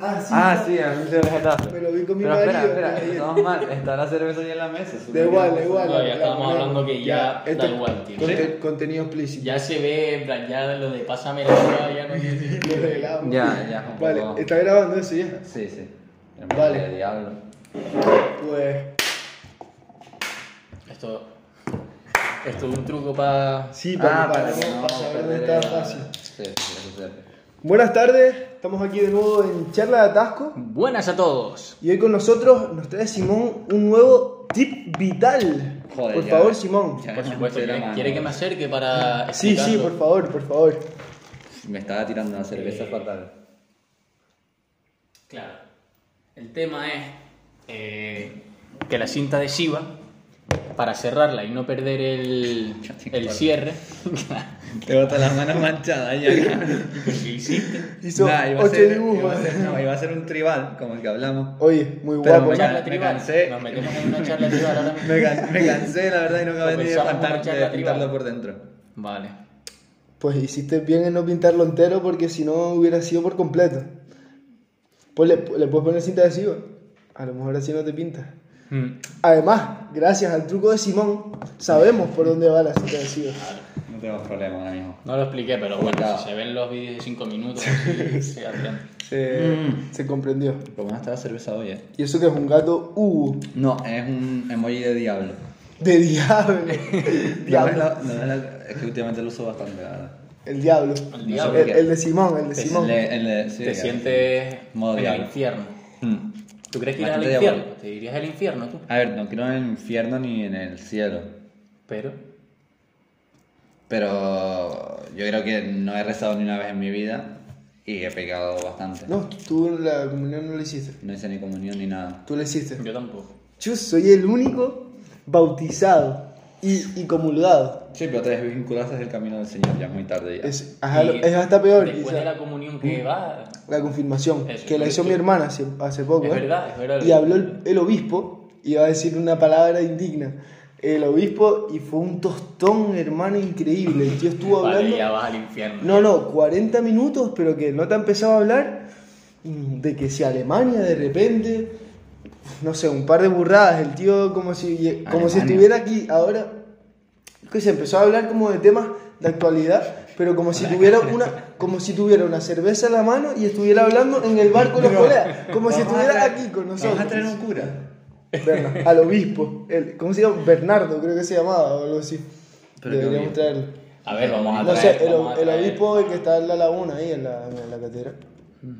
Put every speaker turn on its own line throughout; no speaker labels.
Ah,
taza.
sí, anuncio del Getafe.
Me lo vi con mi
Pero espera,
marido,
espera,
ahí.
estamos mal. Está la cerveza ahí en la mesa.
Da igual, da igual.
No,
la-
ya
la
estábamos
ponemos.
hablando que ya da igual, tío.
este conte- Contenido explícito.
Ya se ve, en plan, ya lo de pásame la hora, ya no es
Lo revelamos.
Ya, ya, un
Vale,
poco.
está grabando eso ya.
Sí, sí.
Vale.
De diablo.
Pues.
Esto. Esto es un truco para.
Sí, para,
Ah, para que
para-
no
para saber dónde
perder
está
la-
fácil.
Sí, sí, eso es cierto.
Buenas tardes, estamos aquí de nuevo en Charla de Atasco.
Buenas a todos.
Y hoy con nosotros nos trae Simón un nuevo tip vital.
Joder,
por
ya.
favor, Simón.
Ya.
Por supuesto,
Sí, la
¿quiere,
mano.
quiere que me acerque para.
Sí, sí,
explicarlo?
por favor, por favor.
Me estaba tirando una cerveza
Eh.
fatal.
Claro. El tema es eh, que la cinta adhesiva, para cerrarla y no perder el, el cierre.
Te botan las manos manchadas ya.
¿Por qué hiciste?
Hizo
Nah, iba a
ocho
ser-
dibujos.
iba a ser- no, iba a ser un tribal, como el que hablamos.
Oye, muy
Pero
guapo.
me
¿no?
ca-
Charla tribal.
cansé.
Nos metemos en una charla tribal ahora mismo.
Me, can- me cansé, la verdad, y no acabé ni de,
Comenzamos
pintar-
una charla
de
tribal.
pintarlo por dentro.
Vale.
Pues hiciste bien en no pintarlo entero porque si no hubiera sido por completo. Pues le, le puedes poner cinta adhesiva. A lo mejor así no te pinta.
Mm.
Además, gracias al truco de Simón, sabemos por dónde va la cinta adhesiva.
No tenemos problema ahora mismo.
No lo expliqué, pero bueno,
Complicado.
si se ven los vídeos de 5 minutos, así se aprende.
Se, se comprendió.
Por más está la cerveza hoy, eh.
Y eso que es un gato uh,
No, es un emoji de diablo.
de diablo.
Diablo.
diablo.
es que últimamente lo uso bastante, la verdad.
El diablo.
El diablo.
El, el de Simón, el de
Es
Simón.
le- el le- sí,
Te
el-
sientes
Modo
en el
diablo.
infierno.
Mm.
¿Tú crees que irás al
Bastante
infierno?
diabólico.
Te dirías al infierno tú.
A ver, no quiero en el infierno ni en el cielo.
Pero.
Pero yo creo que no he rezado ni una vez en mi vida y he pecado bastante. No,
No, tú la comunión no la hiciste.
hice ni comunión ni nada.
Tú la hiciste.
Yo tampoco.
Yo soy el único bautizado y, y comulgado.
Sí, pero te desvinculaste del camino del Señor, ya es muy tarde ya.
Es, ajá,
Y
lo- es hasta peor, Mm.
Después
quizá.
de la comunión que va.
La confirmación
Eso,
que la hizo
correcto.
mi hermana hace, hace poco.
Es
¿eh?
verdad, es verdad.
Y habló el, el obispo, iba a decir una palabra indigna. El obispo, y fue un tostón, hermano, increíble. El tío estuvo
Vale,
hablando.
ya vas al infierno.
No, no, 40 minutos, pero que no te ha empezado a hablar mm, de que si Alemania de repente, no sé, un par de burradas, el tío como si, eh, como si
Alemania.
estuviera aquí ahora, que se empezó a hablar como de temas de actualidad, pero como si tuviera una, como si tuviera una cerveza en la mano y estuviera hablando en el bar con los colegas, como si
Vamos a
estuviera
traer-
aquí con
¿Nos
nosotros.
vas a traer un cura?
Berna- al obispo, el- ¿cómo se llama? Bernardo creo que se llamaba o algo así.
Pero qué
Deberíamos
obispo.
traerlo.
A ver, vamos a
No
traer.
sé, el,
vamos a
el
traer.
obispo el que está en la laguna, ahí en la, en la catedral.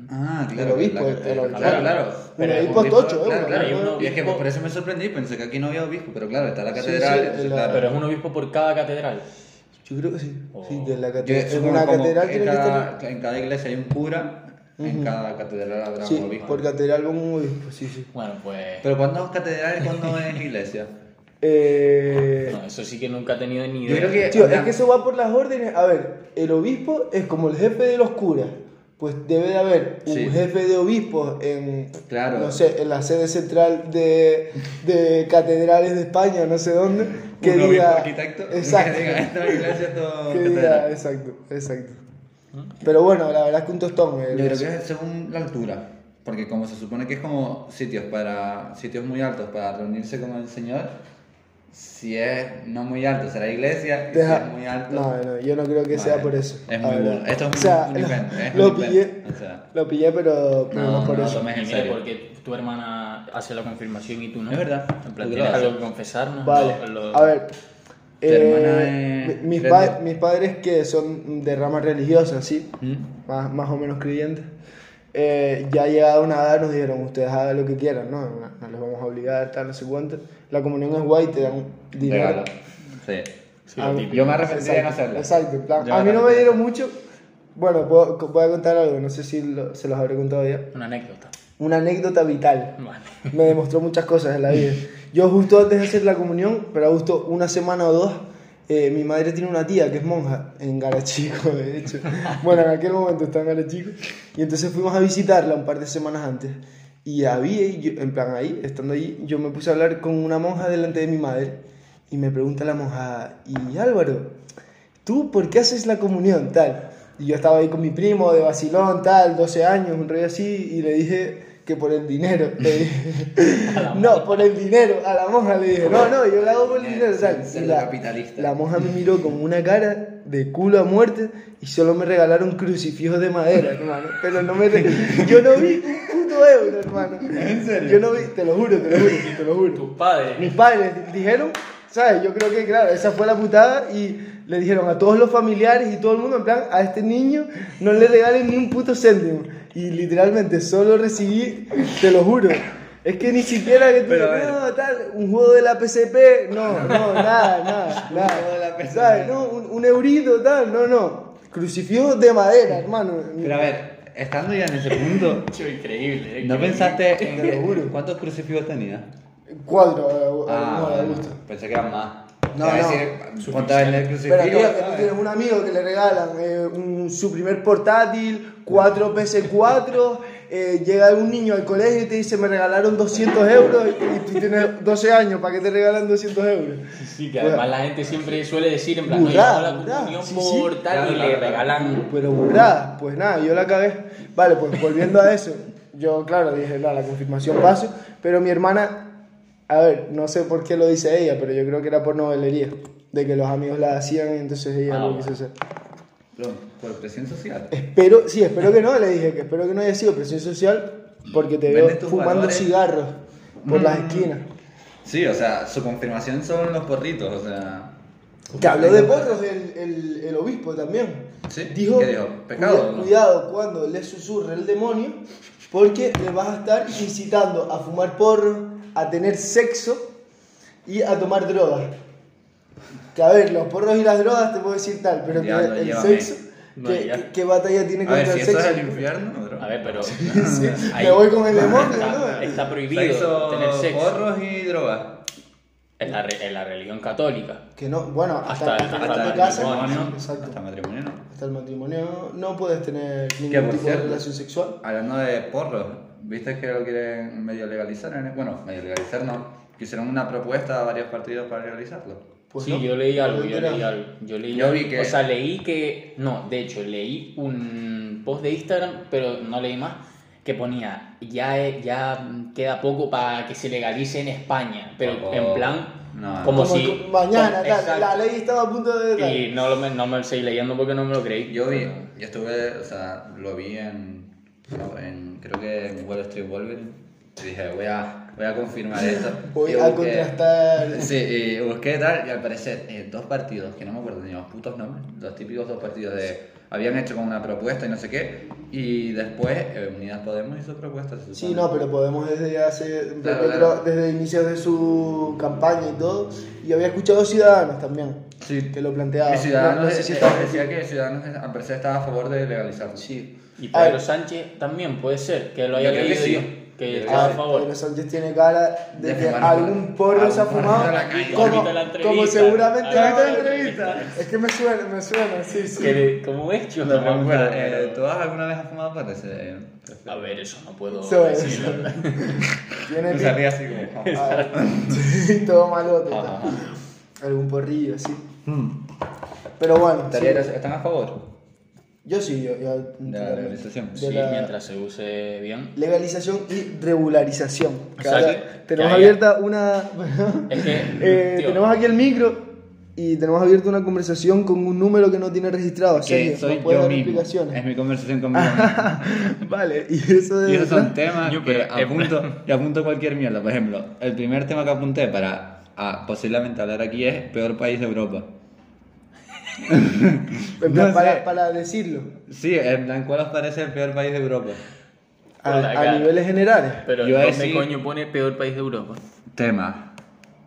Ah,
El
claro.
obispo,
la que-
el obispo.
Claro, claro.
Pero
el
es
obispo es
obispo,
tocho, ¿eh?
Claro,
Hay un
claro. Y es que
obispo-
por eso me sorprendí, pensé que aquí no había obispo, pero claro, está la
Sí,
catedral.
sí,
entonces,
en la-
claro.
Pero es un obispo por cada catedral.
Yo creo que sí.
Oh.
Sí, de la
Yo
catedral. En
supongo
una
como
catedral
en
tiene que
cada,
estar.
en cada iglesia hay un cura, en cada catedral habrá un
Sí,
obispo.
por catedral con un obispo, sí, sí.
Bueno, pues.
Pero cuando es catedral y cuando es iglesia?
Eh,
no, eso sí que nunca he tenido ni
Yo
idea.
creo que...
tío,
o sea,
es que eso va por las órdenes. A ver, el obispo es como el jefe de los curas. Pues debe de haber un
Sí.
jefe de obispos en,
Claro.
no sé, en la sede central de, de catedrales de España, no sé dónde, que
un obispo
diga,
arquitecto
exacto,
que diga, esto es iglesia, esto es
que diga,
catedral.
exacto, exacto. Pero bueno, la verdad es que un tostón. eh,
Yo creo que es según la altura, porque como se supone que es como sitios para sitios muy altos para reunirse con el Señor, si es no muy alto será iglesia, y si
Deja-
es muy alto...
No, no, yo no creo que sea
vale,
por eso.
Es
la
muy
verdad.
bueno. Esto es
O sea,
un
lo-
invento, es
lo,
un invento,
pillé,
o sea.
lo pillé, pero pero
No,
no por
no,
eso.
tomes
Y
en
mira,
serio.
porque tu hermana hace la confirmación y tú no.
Es verdad.
En plan,
Tú
¿tienes
lo haces.
algo que confesarnos?
Vale,
Lo- lo-
a ver.
Tu
eh,
hermana es
mi- mis,
creyente.
pa- mis padres que son de ramas religiosas, sí,
¿Mm?
más, más o menos creyentes, eh, ya llegada una edad nos dijeron, ustedes hagan lo que quieran, ¿no? No, no les vamos a obligar, tal, no sé cuánto. La comunión es guay, te dan dinero.
Regalo. Sí.
Sí,
Ah,
lo típico.
Yo me arrepentí de no
Exacto,
hacerlo.
Exacto, en plan,
Yo
A mí no me
arrepentí.
dieron mucho. Bueno, puedo- co- voy a contar algo, no sé si lo- se los habré contado ya.
Una anécdota.
Una anécdota vital.
Vale.
Me demostró muchas cosas en la vida. Yo justo antes de hacer la comunión, pero justo una semana o dos, eh, mi madre tiene una tía que es monja en Garachico, de hecho. Bueno, en aquel momento está en Garachico. Y entonces fuimos a visitarla un par de semanas antes. Y había, y yo- en plan ahí, estando ahí, yo me puse a hablar con una monja delante de mi madre. Y me pregunta la monja, ¿y Álvaro? ¿Tú por qué haces la comunión? Tal. Y yo estaba ahí con mi primo de Basilón, tal, 12 años, un rollo así, y le dije que por el dinero. Le dije, no, por el dinero, a la monja le dije, no, no, yo la hago por el dinero, tal.
Eh, Ser
Y la,
capitalista.
la monja me miró con una cara de culo a muerte y solo me regalaron crucifijos de madera, hermano. Pero no me. re- Yo no vi un puto euro, hermano.
¿En serio?
Yo no vi, te lo juro, te lo juro, te lo juro.
Tus padres.
Mis padres dijeron, ¿sabes? Yo creo que, claro, esa fue la putada y le dijeron a todos los familiares y todo el mundo, en plan, a este niño no le regalen ni un puto céntimo. Y literalmente solo recibí, te lo juro. Es que ni siquiera que tú
Pero a
digas,
ver.
no, tal, un juego de la PSP, no, no, nada, nada,
Un
nada.
juego de la PSP.
¿Sabes? No, un, un eurito, tal, no, no. Crucifijo de madera, hermano.
Pero a ver, estando ya en ese punto,
Chico, increíble. eh,
¿no
increíble.
pensaste en
Te lo juro.
¿Cuántos crucifijos tenías?
Cuatro, a- a- no, a
bueno,
gusto.
pensé que eran más.
No,
Te iba a
no.
decir, ¿Cuántas veces el crucifijo?
Pero tío, que tú
ah,
¿sabes?
tienes
eh.
un amigo que le regalan eh, un- su primer portátil, cuatro PS4, eh, llega un niño al colegio y te dice me regalaron 200 euros y tú tienes 12 años, ¿para qué te regalan 200 euros?
Sí, que además
Bueno.
la gente siempre suele decir en plan, no, yo
Burrada,
hago la
burrada,
comunión
sí, sí.
por tal
Claro,
y
claro,
le
claro.
regalan.
Pero burrada, pues nada, yo la cagué. Vale, pues volviendo a eso, yo claro dije, no, la confirmación paso, pero mi hermana, a ver, no sé por qué lo dice ella, pero yo creo que era por novelería, de que los amigos la hacían y entonces ella
Ah,
lo
bueno.
quiso hacer.
Pero, Por presión social.
Espero, sí, espero que no, le dije que espero que no haya sido presión social porque te veo
Vende tus
fumando
valores.
cigarros por las
Mm.
esquinas.
Sí, o sea, su confirmación son los porritos, o sea.
Te habló de porros el, el- el obispo también.
Sí,
Dijo,
¿qué dijo? ¿Pecado o no?
cuidado cuando le susurre el demonio porque le vas a estar incitando a fumar porros, a tener sexo y a tomar drogas. Que a ver, los porros y las drogas te puedo decir tal, pero que
Diablo,
el
llévame.
sexo,
No,
¿qué,
ya.
qué- qué batalla tiene
A
contra
ver, si
el
eso
sexo?
es el infierno, bro.
A ver, pero.
Sí,
ahí
me voy con el demonio,
Está,
¿no?
está
Sexo,
prohibido tener sexo
porros y drogas.
en la, re- en la religión católica.
Que no, bueno, hasta,
Hasta-
hasta,
hasta
tu
el
casa.
matrimonio.
Exacto.
Hasta matrimonio no.
Hasta el matrimonio no puedes tener
Que,
ningún
por
tipo de
cierto-
relación sexual.
Hablando de porros, ¿viste que lo quieren medio legalizar? en- Bueno, medio legalizar no. Que hicieron una propuesta a varios partidos para legalizarlo.
Pues
sí,
no.
yo leí algo, yo
Pero-
leí algo. Yo leí
Yo
algo.
vi que-
O sea, leí que. No, de hecho, leí un post de Instagram, pero no leí más, que ponía, ya, he- ya queda poco para que se legalice en España, pero
Poco.
en plan,
No,
como,
Como
si...
que mañana,
como-
tal,
exacto.
la ley estaba a punto de. tal.
Y no, lo me- no me lo seguí leyendo porque no me lo creí.
Yo vi, yo estuve, o sea, lo vi en, en- creo que en Wall Street Wolverine. Y dije, voy a, voy a confirmar esto.
Voy
Y
a
busqué-
contrastar.
Sí, y busqué tal, y al parecer, eh, dos partidos, que no me acuerdo ni los putos nombres, los típicos dos partidos de... Habían hecho como una propuesta y no sé qué, y después eh, Unidas Podemos hizo propuestas. se
Sí,
supone.
no, pero Podemos desde hace.
Claro,
Petro,
claro.
Desde inicios de su campaña y todo. Y había escuchado Ciudadanos también.
Sí.
Que lo planteaba.
Y Ciudadanos
No, no sé si
eh,
está-
decía que Ciudadanos al parecer estaba a favor de legalizarlo.
Sí.
Y Pedro
Ah,
Sánchez también puede ser, que lo haya
Yo creo que
leído
sí.
yo,
Yo
que
creo
estaba
que
a
sí.
favor.
Pero Sánchez tiene cara de
De
que
fumar
algún porro se ha
algún porro
fumado.
de la calle.
Como,
Ahorita la entrevista.
como seguramente.
Ahorita la
Es que me suena, me suena, sí,
Que
sí.
de- ¿Cómo es, yo
No,
No me acuerdo,
eh,
pero-
¿Tú has alguna vez has fumado porro? Ese, eh,
A ver, eso no puedo
Eso es.
decirlo.
Tiene
se ríe así como... ah.
pinta- a ver, sí, todo malote. tal.
Ajá.
Algún porrillo, sí. Pero bueno, sí.
Talleres, ¿Están a favor?
yo sí, yo. yo-
De la legalización.
De
Sí,
la-
mientras se use bien.
Legalización y regularización.
O sea,
Ahora
que-
tenemos
que haya-
abierta una.
Es que.
Eh,
tío,
tenemos aquí el micro y tenemos abierta una conversación con un número que no tiene registrado. Sergio,
Que
no
soy
puede
yo
dar
mismo.
explicaciones.
Es mi conversación conmigo mismo.
vale, y eso de.
Y esos son
verdad-
temas
Yo,
que
pero, eh, en
apunto, y apunto cualquier mierda. Por ejemplo, el primer tema que apunté para ah, posiblemente hablar aquí es peor país de Europa.
en plan,
no
pues, para,
sé.
para decirlo,
Sí, en plan, ¿cuál os parece el peor país de Europa?
a,
Hola,
a
cara.
niveles generales.
Pero
Yo iba a
¿dónde
decir-
coño pone peor país de Europa?
Tema.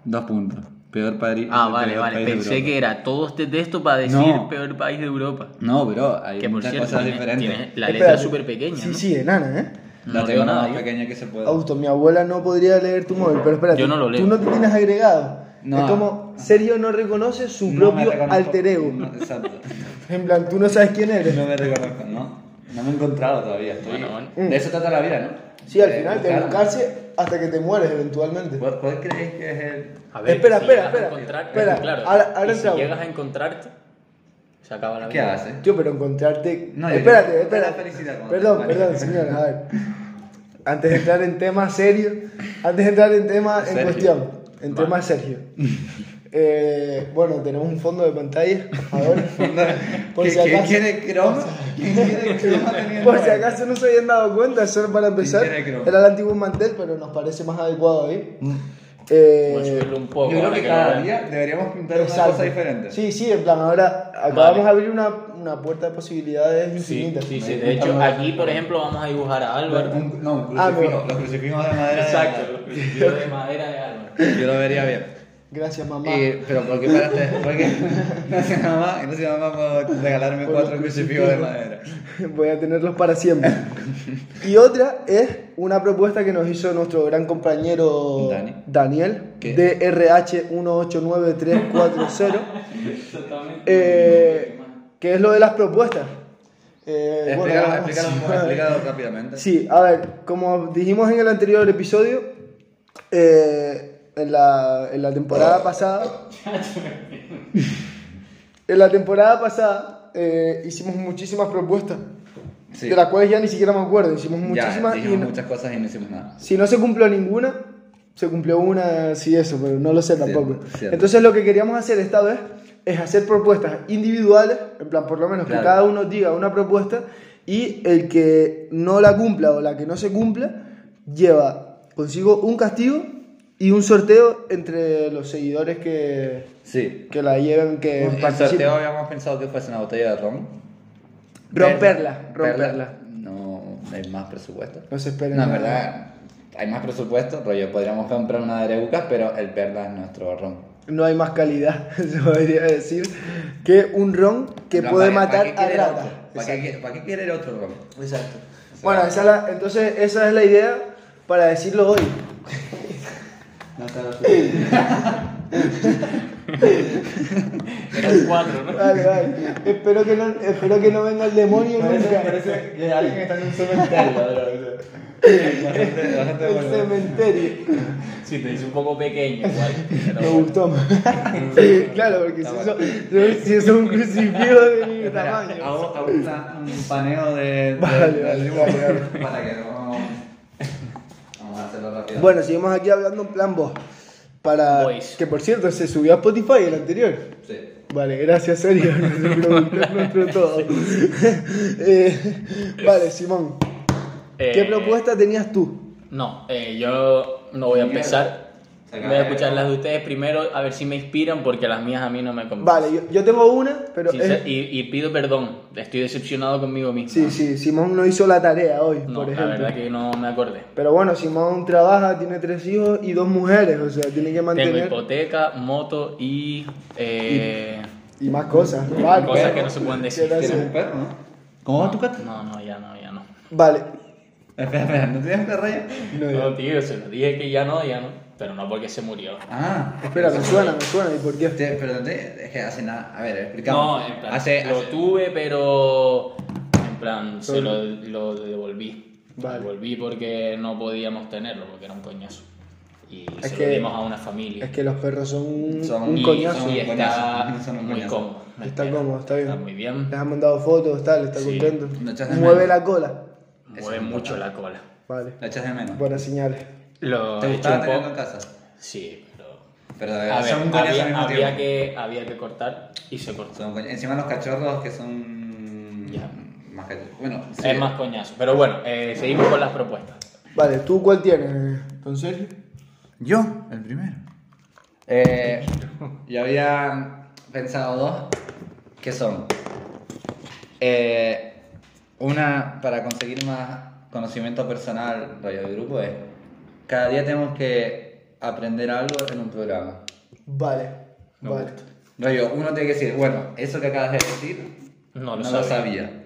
Dos puntos. Peor, pari-
Ah, vale,
peor
vale.
país de
Pensé
Europa.
que era todo este texto para decir
No.
peor país de Europa.
No, bro, hay
Que por
muchas
cierto,
cosas
tiene-
diferentes.
tiene la
Espérate.
letra súper pequeña.
Sí,
¿no?
sí, enana, ¿eh?
La
No
tengo
leo
la
nada,
más
yo.
pequeña que se pueda.
Augusto, mi abuela no podría leer tu móvil, pero espérate.
Yo no lo leo.
Tú no te tienes agregado.
No.
Es como Sergio no reconoce su
No me
propio
reconozco.
alter ego.
No, exacto.
En plan, tú no sabes quién eres.
No me reconozco, ¿no? No me he encontrado todavía. estoy-
Bueno, bueno.
De eso trata la vida, ¿no?
Mm. Sí, al
De
final, de
buscar-
buscarse hasta que te mueres eventualmente.
¿Cuál, cuál creéis que es el...?
A
Espera,
si
espera,
llegas a
espera,
encontrar-
espera.
Claro,
Ahora- ahora
y si
entramos.
llegas a encontrarte, Se acaba la
¿Qué
vida.
haces?
Tío, pero encontrarte.
No, yo-
espérate,
yo-
espérate.
la felicidad cuando
Perdón,
te
perdón,
encuentras.
señora, a ver. Antes de entrar en temas serios, antes de entrar en temas en
Sergio.
cuestión, en
Vale.
temas serios. Eh, bueno, tenemos un fondo de pantalla ahora. Por
¿Qui-
si
¿Quién
acaso,
quiere croma? ¿Quién quiere croma teniendo
por si
ahí?
acaso no se habían dado cuenta, solo para empezar,
tiene croma?
era el antiguo mantel, pero nos parece más adecuado ahí.
Mm.
Eh,
Voy a subirlo un
Yo
poco.
creo
ahora
que
que lo
cada
vean.
día deberíamos pintar una
Exacto.
cosa diferente.
Sí, sí, en plan, ahora acabamos de abrir una, una puerta de posibilidades
Sí,
infinitas.
sí, sí. De hecho, aquí, por ejemplo, vamos a dibujar a Álvaro.
Un- no, un
Ah,
crucifijo.
pero-
Los crucifijos de madera. de-
Exacto. los crucifijos de madera de Álvaro.
Yo lo vería bien.
Gracias, mamá.
Y- pero ¿por qué paraste? ¿Por qué? Gracias mamá, gracias mamá por regalarme
Por
cuatro
los
crucifijos de
crucifijos.
madera.
Voy a tenerlos para siempre. Y otra es una propuesta que nos hizo nuestro gran compañero
Dani.
Daniel,
¿Qué?
DRH189340,
Totalmente.
eh, que es lo de las propuestas. Eh,
Explícalo,
bueno,
explícalo,
vamos a-
explícalo rápidamente.
Sí, a ver, como dijimos en el anterior episodio, eh, en, la, en la
Oh.
temporada pasada. en la temporada pasada eh, hicimos muchísimas propuestas,
Sí.
de las cuales ya ni siquiera me acuerdo. Hicimos
Ya,
muchísimas y
dijimos
no-
muchas cosas y no hicimos nada.
si no se cumplió ninguna, se cumplió una, sí, eso, pero no lo sé
Cierto,
tampoco.
cierto.
Entonces, lo que queríamos hacer esta vez es hacer propuestas individuales, en plan, por lo menos
Claro.
que cada uno diga una propuesta y el que no la cumpla o la que no se cumpla lleva consigo un castigo y un sorteo entre los seguidores que,
Sí.
que la lleven, que
En el
participen.
sorteo habíamos pensado que fuese una botella de ron.
Romperla,
Perla-
romperla.
No, hay más presupuesto.
No se esperen
No, en
nada.
verdad, hay más presupuesto, rollo, podríamos comprar una de Areucas, pero el Perla es nuestro ron.
No hay más calidad, se podría decir, que un ron que
No,
puede
¿para- para
matar
qué
a
querer
ratas.
otro? ¿Para qué, quiere- para qué querer otro ron?
Exacto. Bueno, esa es la- entonces esa es la idea para decirlo hoy.
Eran cuatro, ¿no?
Vale, vale. espero, que no, espero que no venga el demonio nunca.
que alguien está en un cementerio,
el cementerio.
Sí, te hice un poco pequeño igual. pero
Me
bueno.
gustó. claro, porque si eso, si eso es un crucifijo de mi tamaño.
Hago, hago una- un paneo de, de-
Vale,
del
vale,
dibujo
vale, vale.
para que no... Vamos a hacerlo rápido.
Bueno, seguimos aquí hablando en plan voz. Para,
Voice.
que por cierto, se subió a Spotify el anterior.
Sí.
Vale, gracias, Sergio. Nuestro productor, nuestro todo. Eh, vale, Simón. ¿Qué
Eh,
propuesta tenías tú?
No, eh, yo no voy a
Mierda.
empezar.
Se
Voy
acaba
a
de-
escuchar las de ustedes primero, a ver si me inspiran, porque las mías a mí no me convencen.
Vale, yo, yo tengo una, pero es-
Sincer- y, y pido perdón, estoy decepcionado conmigo mismo.
Sí, sí, Simón no hizo la tarea hoy,
No,
por
la
ejemplo.
verdad que no me acordé.
Pero bueno, Simón trabaja, tiene tres hijos y dos mujeres, o sea, tiene que
Tengo
mantener
hipoteca, moto y... eh,
y más cosas. Vale,
cosas
pero-
que no se pueden decir.
¿Qué tal?
¿Tienes un perro, no? ¿Cómo va tu gato?
No, no, ya no, ya no.
Vale.
Espera, espera, ¿no tienes perro ya?
No, ya.
No, tío, se lo dije que ya no, ya no. Pero no porque se murió.
Ah,
Espera, me suena, me suena, ¿y por qué?
Te- Pero te- es que hace nada. A ver, explicamos.
No, en plan,
Hace.
lo
hace-
tuve, pero en plan, se lo, lo devolví.
Vale.
Lo devolví porque no podíamos tenerlo, porque era un coñazo. Y
Es
se
que-
lo dimos a una familia.
Es que los perros son un,
Son-
un
y,
coñazo.
y
son- un
está
coñazo, son un
muy
coñazo.
cómodo. me
Está
espera.
cómodo, está bien.
Está muy bien.
Les han mandado fotos, tal, está
Sí.
contento.
No echas de
Mueve
menos.
la cola.
Mueve mucho la cola.
Vale.
La echas de menos.
Buenas señales.
Lo
¿Te
he hecho
gustaba
un
tenerlo en
poco-
casa?
Sí, pero
Pero
A ver,
Eh, son un coñazo al
había,
mismo
había,
tiempo.
que, había que cortar y se cortó.
Son un coñazo. Encima los cachorros que son.
Ya.
Más cachorros. Bueno, sí.
Es más coñazo. Pero bueno, eh, seguimos con las propuestas.
Vale, ¿tú cuál tienes, don Sergio?
Yo, el primero. Eh, yo había pensado dos que son eh, una para conseguir más conocimiento personal, rollo de grupo, es cada día tenemos que aprender algo en un programa.
Vale,
Me
vale.
gusta.
Rollo, uno tiene que decir, bueno, eso que acabas de decir,
No lo
lo
sabía.
sabía.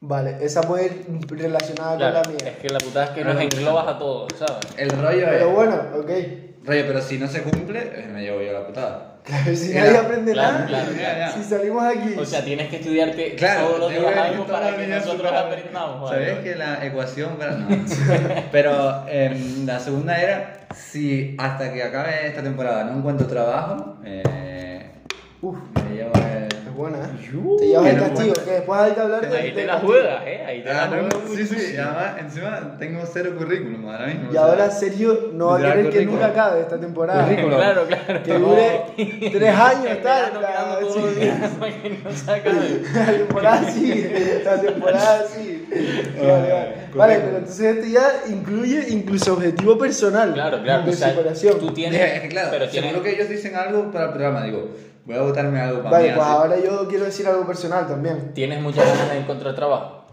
Vale, esa puede ir relacionada
Claro,
con la mía.
es que la putada es que
Claro,
nos englobas a todos, ¿sabes?
El rollo
Pero
es,
bueno, ok.
rollo, pero si no se cumple, eh, me llevo yo la putada.
Claro, si
Era-
nadie aprende
claro,
nada,
claro,
claro.
si salimos aquí.
O sea, tienes que estudiarte
Eh, Claro,
todos los
te
días
voy a
algo
decir
para
toda
que
la vida
nosotros
superada.
aprendamos.
Sabías
algo.
que la ecuación para no. Pero em, la segunda era si hasta que acabe esta temporada no encuentro trabajo, eh,
Uf,
Me llevo el...
es buena, ¿eh?
Yuuu,
Te llevas el
Pero
castigo,
bueno.
que después hay que hablar de.
Ahí Uh, te
del
la
castigo.
juegas, ¿eh? Ahí te la
Ah,
juegas.
no, sí, sí, y además, encima tengo cero currículum ahora mismo. o
Y
sea,
ahora Sergio no va a
Ya,
querer que
currículum.
nunca acabe esta temporada.
Currículum.
Claro, claro.
Que dure tres años, tal.
Esperando,
la-
mirando todos los
sí.
días para que no se acabe.
La temporada sí, la temporada sí. Vale, vale.
Correcto.
Vale, pero entonces este ya incluye incluso objetivo personal.
Claro, claro.
De
o sea,
superación.
Tú tienes,
Dije, es que claro,
pero tienes,
seguro que ellos dicen algo para el programa. Digo, voy a votarme algo para
Vale,
mí.
pues
así.
ahora yo quiero decir algo personal también.
tienes muchas ganas de encontrar trabajo.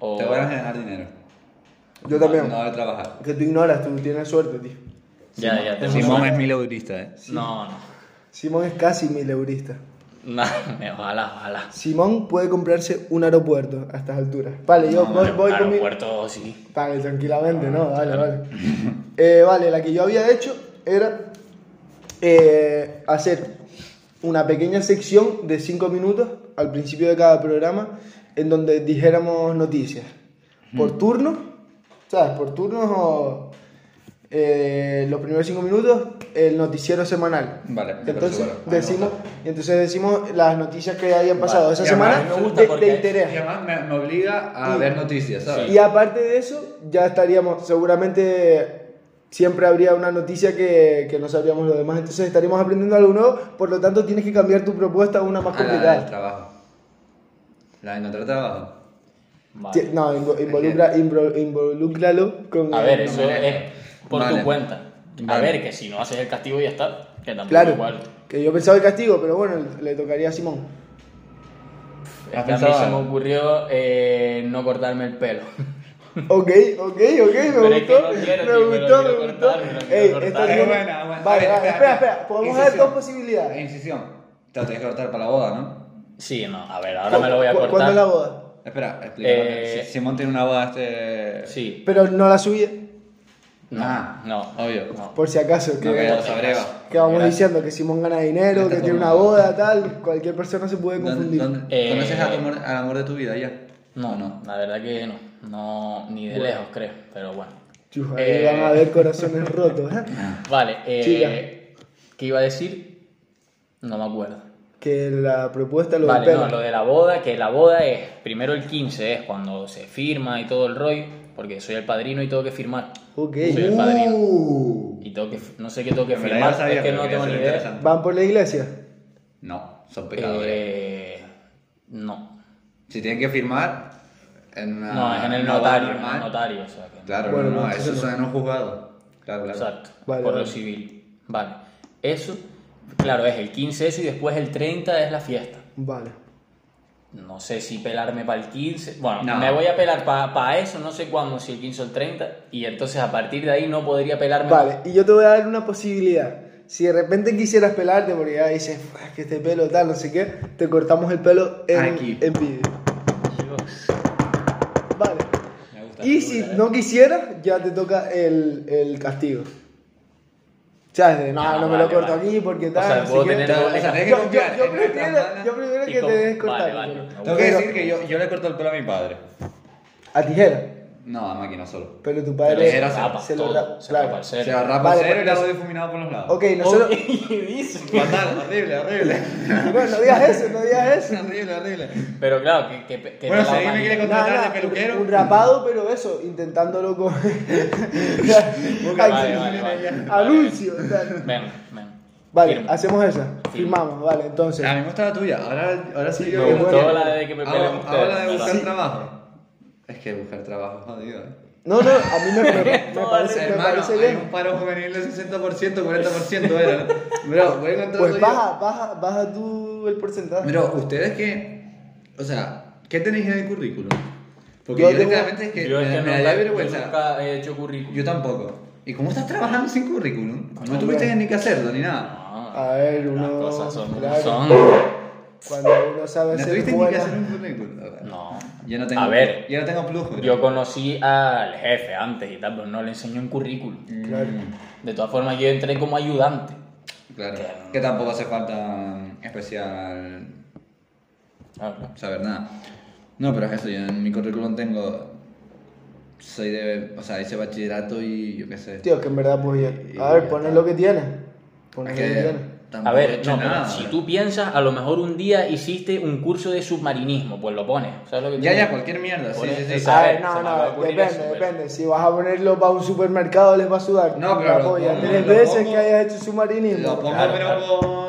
O...
Te van a generar dinero.
Yo también.
No, no de trabajar.
Que tú ignoras, tú tienes suerte, tío.
Ya, ya, tengo ganas.
es mil eurista, eh.
No, no.
Simón es casi mileurista.
No, me- ojalá, ojalá.
Simón puede comprarse un aeropuerto a estas alturas. Vale, yo
No,
voy, voy con mi...
Aeropuerto, sí.
Vale, tranquilamente, ¿no? Vale, vale. Eh, vale, la que yo había hecho era eh, hacer una pequeña sección de 5 minutos al principio de cada programa en donde dijéramos noticias. Por turno, ¿sabes? Por turnos o eh, los primeros 5 minutos, el noticiero semanal.
Vale, me parece
Entonces
bueno. Ah, me
decimos,
gusta.
y entonces decimos las noticias que hayan pasado esa
Y además,
semana
a mí me gusta
de- de,
porque-
interés.
Y además me, me obliga a
Y-
ver noticias, ¿sabes?
Y aparte de eso, ya estaríamos, seguramente siempre habría una noticia que, que no sabríamos lo demás, entonces estaríamos aprendiendo algo nuevo, por lo tanto tienes que cambiar tu propuesta a una más
A la del
complicada.
trabajo. La de encontrar trabajo.
Vale.
Sí, No, invo- involucra, invo- involúcralo con...
A
el-
ver, eso
vale.
es por
Vale.
tu cuenta. A
Vale.
ver, que si no haces el castigo ya está. Que tampoco
Claro,
igual.
que yo pensaba el castigo, pero bueno, le tocaría a Simón.
Es que a mí
pensado
se me
algo?
ocurrió eh, no cortarme el pelo.
Ok, ok, ok,
Pero
me
es que
gustó,
no quiero, tío,
me
me lo
gustó,
quiero
me gustó.
cortar, me lo quiero
Ey,
cortar.
esta
Es
tiene-
buena, buena.
Vale,
A ver,
vale, espera,
espera,
espera,
espera.
podemos dar dos
Incisión.
posibilidades.
Incisión. Te lo tienes que cortar para la boda, ¿no?
Sí, no, a ver, ahora me lo voy a
¿Cu-
cortar.
¿Cuándo es la boda?
Espera, explícame.
Eh,
Si- Simón tiene una boda este.
Sí.
Pero no la subía,
No,
Ah,
no.
obvio.
No.
por si acaso.
No, que
que-
lo sabreva.
Que vamos
Gracias.
diciendo que Simón gana dinero, que
Está
tiene una
todo
boda, tal, cualquier persona se puede
¿Dónde,
confundir.
dónde-
Eh,
¿Conoces a tu amor- al amor de tu vida ya?
No,
¿O
no, la verdad que no. No, ni de lejos creo, pero bueno.
Chujo, ahí
Eh.
van a haber corazones rotos, ¿eh?
Vale, eh,
Chica.
¿qué iba a decir? No me acuerdo.
Que la propuesta lo
vale,
del
no,
pelo.
lo de la boda, que la boda es, primero el 15 es cuando se firma y todo el rollo, porque soy el padrino y tengo que firmar.
Ok.
Soy el padrino.
Uh.
Y tengo que, no sé qué tengo que
En verdad
firmar,
ya sabía,
es que
pero
no
quería
tengo ni
ser
idea.
interesante.
¿Van por la iglesia?
No, son pecadores.
Eh, no,
Si tienen que firmar en
Ah,
una-
no, es en el
una boda
notario, en
normal.
el notario, o sea que-
Claro,
Bueno,
no, no,
entonces
eso
no.
suena en un juzgado. Claro, claro.
Exacto,
Vale,
por
vale.
lo civil. Vale, eso, claro, es el 15 eso y después el 30 es la fiesta.
Vale.
No sé si pelarme para el 15. Bueno,
No.
me voy a pelar para eso, no sé cuándo, si el 15 o el 30. Y entonces a partir de ahí no podría pelarme.
Vale, y yo te voy a dar una posibilidad. Si de repente quisieras pelarte, porque ya dices, "Fua, es que este pelo tal, no sé qué, te cortamos el pelo en,
Aquí.
en vídeo.
Dios.
Vale.
Me gusta.
Y si
¿eh?
no quisieras, ya te toca el, el castigo. O sea, es de, no,
Ah,
no me lo
vale,
corto
vale.
aquí porque
O
tal.
sea,
no sé
puedo
qué".
tener
Claro,
doble
o sea,
Yo,
tenés que
yo-
confiar
yo
en nuestras
prefiero,
manos.
yo prefiero
Y
que
con-
te des
vale,
cortar.
vale.
Tengo que
Pero-
decir que yo, yo le corto el pelo a mi padre.
A tijera.
No, a máquina solo.
Pero tu
Pero
padre
se
era
rapa
se lo
todo,
rapa.
se
claro.
rapa el
Se
cero.
agarra
Vale,
por cero y
pues-
lo hago difuminado por los lados.
Ok, nosotros.
¿Qué dice?
Fatal, horrible, horrible.
No, no digas eso, no digas eso.
horrible, horrible.
Pero claro, que, que, que
Bueno,
te
si
la
alguien me
mani-
quiere
Nada,
contratar
nada,
de peluquero.
un- Un rapado, pero eso, intentándolo con.
Vale, vale, vale.
Anuncio. tal.
Ven, ven.
Vale,
Firma.
hacemos esa. Firmamos, vale, entonces.
A mí me gusta la tuya. Ahora, ahora soy
Sí,
yo.
me
que-
gustó
Bueno,
la de que me
Ah, ahora-
peleen ustedes,
Ahora de
¿verdad?
buscar
Sí.
trabajo. Es que buscar trabajo es jodido. eh.
No, no, a mí me, me- me
Todo
parece, me
Hermano,
parece
hay
bien.
un paro juvenil del 60%, 40% era. Bro, voy a encontrar
Pues
tuyo.
baja, baja, baja tú el porcentaje.
Pero ustedes que, o sea, ¿qué tenéis en el currículum? Porque
Yo
yo,
tengo-
literalmente es que
Yo
me,
es que
me
nunca-
daría
yo
vergüenza. Yo,
nunca he hecho currículum.
tampoco. ¿Y cómo estás trabajando sin currículum? No
Hombre.
tuviste ni que hacerlo ni nada.
No,
A ver,
las
uno.
cosas son como
claro,
son.
Cuando uno sabe
No
ser
tuviste ni que hacer un
buena.
currículum.
No.
Yo no tengo.
A ver.
Yo no tengo flujo.
Yo conocí al jefe antes y tal, pero no le enseñé un currículum.
Mm,
Claro.
De todas formas, yo entré como ayudante.
Claro.
Que-
Que tampoco hace falta mm, especial saber nada. No, pero es eso. Yo en mi currículum tengo. Soy de. O sea, hice bachillerato y yo qué sé.
Tío, que en verdad pues ya- A ver, pones lo que tienes. Pones
Es
lo que
que
tienes.
Tampoco
A
he
ver,
hecho
no, pero
nada.
si tú piensas, a lo mejor un día hiciste un curso de submarinismo, pues lo pones. ¿Sabes lo que te
Ya,
digo?
ya, cualquier mierda. Sí,
Por
sí, sí.
eso.
A
sabe,
ver,
se
no,
me va a
no,
ocurrir
depende,
eso, pero-
depende. Si vas a ponerlo para un supermercado, les va a sudar.
pues. No,
La
pero lo
polla.
pongo,
Tres
lo
veces
pongo.
que hayas hecho submarinismo.
Lo pongo,
Claro,
pero
claro.
con.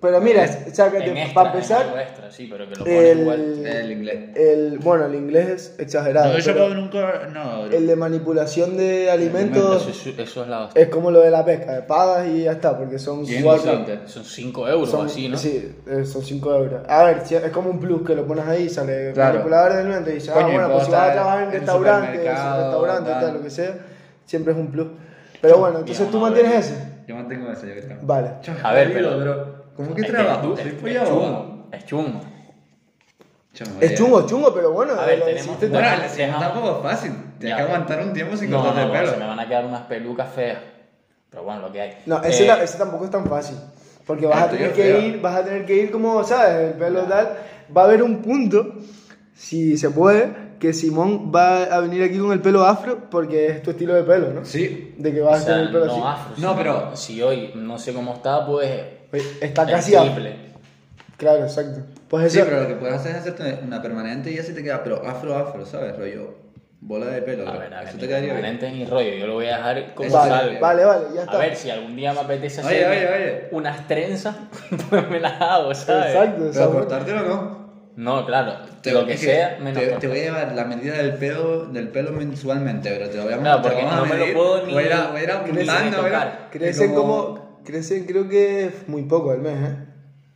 Pero mira,
En-
sácate,
En extra,
para
en algo
empezar,
extra, sí, pero que lo pones igual.
el,
El inglés.
el- Bueno, el inglés es exagerado.
No, yo
pero
puedo nunca. No, bro.
el de manipulación de
Eso,
alimentos
es- eso es la hostia.
es como lo de la pesca. eh, Pagas y ya está, porque son
Bien,
cuatro-
sí.
Son 5 euros o
Son,
así, ¿no?
Sí, eh, son 5 euros. A ver, si- es como un plus que lo pones ahí, sale
Claro.
manipulador de alimentos y dices, ah,
Coño, y
bueno,
puedo
pues si vas a
estar
trabajar en
en
restaurantes, en
supermercado,
restaurantes,
tal.
tal, lo que sea, siempre es un plus. Pero bueno, entonces
Bien,
tú
a ver.
mantienes ese.
Yo mantengo eso, yo que estaba.
Vale.
Chau,
A ver,
jodido,
pero-
bro. ¿Cómo que
Es que
trabajo?
es-
Soy
es-
polla
es
boba.
chungo, Es chungo.
Chau, me voy
Es
a-
chungo, chungo, pero bueno,
A ver,
lo
tenemos-
hiciste.
Bueno,
Bueno,
la segunda
dejamos-
tampoco es fácil. Tienes
Ya.
que aguantar un tiempo sin
No, no,
cortarte el
no,
pelo.
se me van a quedar unas pelucas feas. Pero bueno, lo que hay.
No, ese,
Eh,
ta- ese tampoco es tan fácil. Porque vas
El
a
tuyo
tener
es
que
feo.
ir, vas a tener que ir como, ¿sabes? El pelo tal. Va a haber un punto, si se puede, que Simón va a venir aquí con el pelo afro porque es tu estilo de pelo, ¿no?
Sí.
De que vas
o
a
sea,
tener el pelo
no,
así.
afro,
No,
sino-
pero-
Si hoy no sé cómo está, pues.
Oye, Está casi
el
afro.
triple.
Claro, exacto. Pues
Sí,
eso.
pero lo que puedes hacer es hacerte una permanente y así te queda, pero afro, afro, ¿sabes? Rollo, bola de pelo.
A
bro.
ver, a ver.
Eso
ni
te quedaría bien.
permanente ni rollo. Yo lo voy a dejar como
Vale,
salga.
vale, vale, ya está.
A ver, si algún día me apetece
Oye,
hacer
oye, oye.
unas trenzas, pues me las hago, ¿sabes?
Exacto,
Pero
exacto.
cortártelo no.
No, claro.
Te-
lo que
es
sea, menos
te,
cortar.
te voy a llevar la medida del pelo, del pelo mensualmente, pero te lo voy a
Claro, porque
te vamos a
no me lo
medir,
puedo ni-
Voy a ir a- voy a ir
ni
apuntando,
tocar.
¿verdad?
Crecen
Y
como... Crecen, creo que muy poco al mes, ¿eh?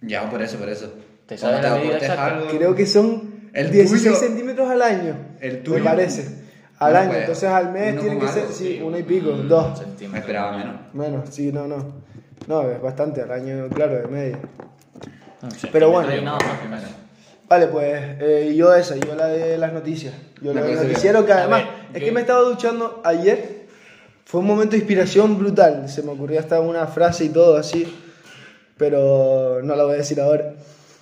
Ya, por eso, por eso.
¿Te sabes
Cuando
la medida
cortes
exacta?
algo-
Creo que son
El
16
tuyo-
centímetros al año.
El
Me
tuyo-
parece. Al
No
año.
puede.
Entonces al mes
Uno
tiene que
con
ser,
algo, Mm,
sí,
Sí,
uno y pico,
Mm, un
dos.
centímetro.
Me esperaba menos.
Menos, sí, no, no. No, es bastante al año, claro, de media.
Un
Pero
centímetro
bueno.
y nada más.
Vale, pues eh, yo esa, yo la de las noticias. Yo
Me
la del
parece
noticiero que
A
además,
ver,
es
yo-
que me estaba duchando ayer. Fue un momento de inspiración brutal. Se me ocurrió hasta una frase y todo así. Pero no la voy a decir ahora.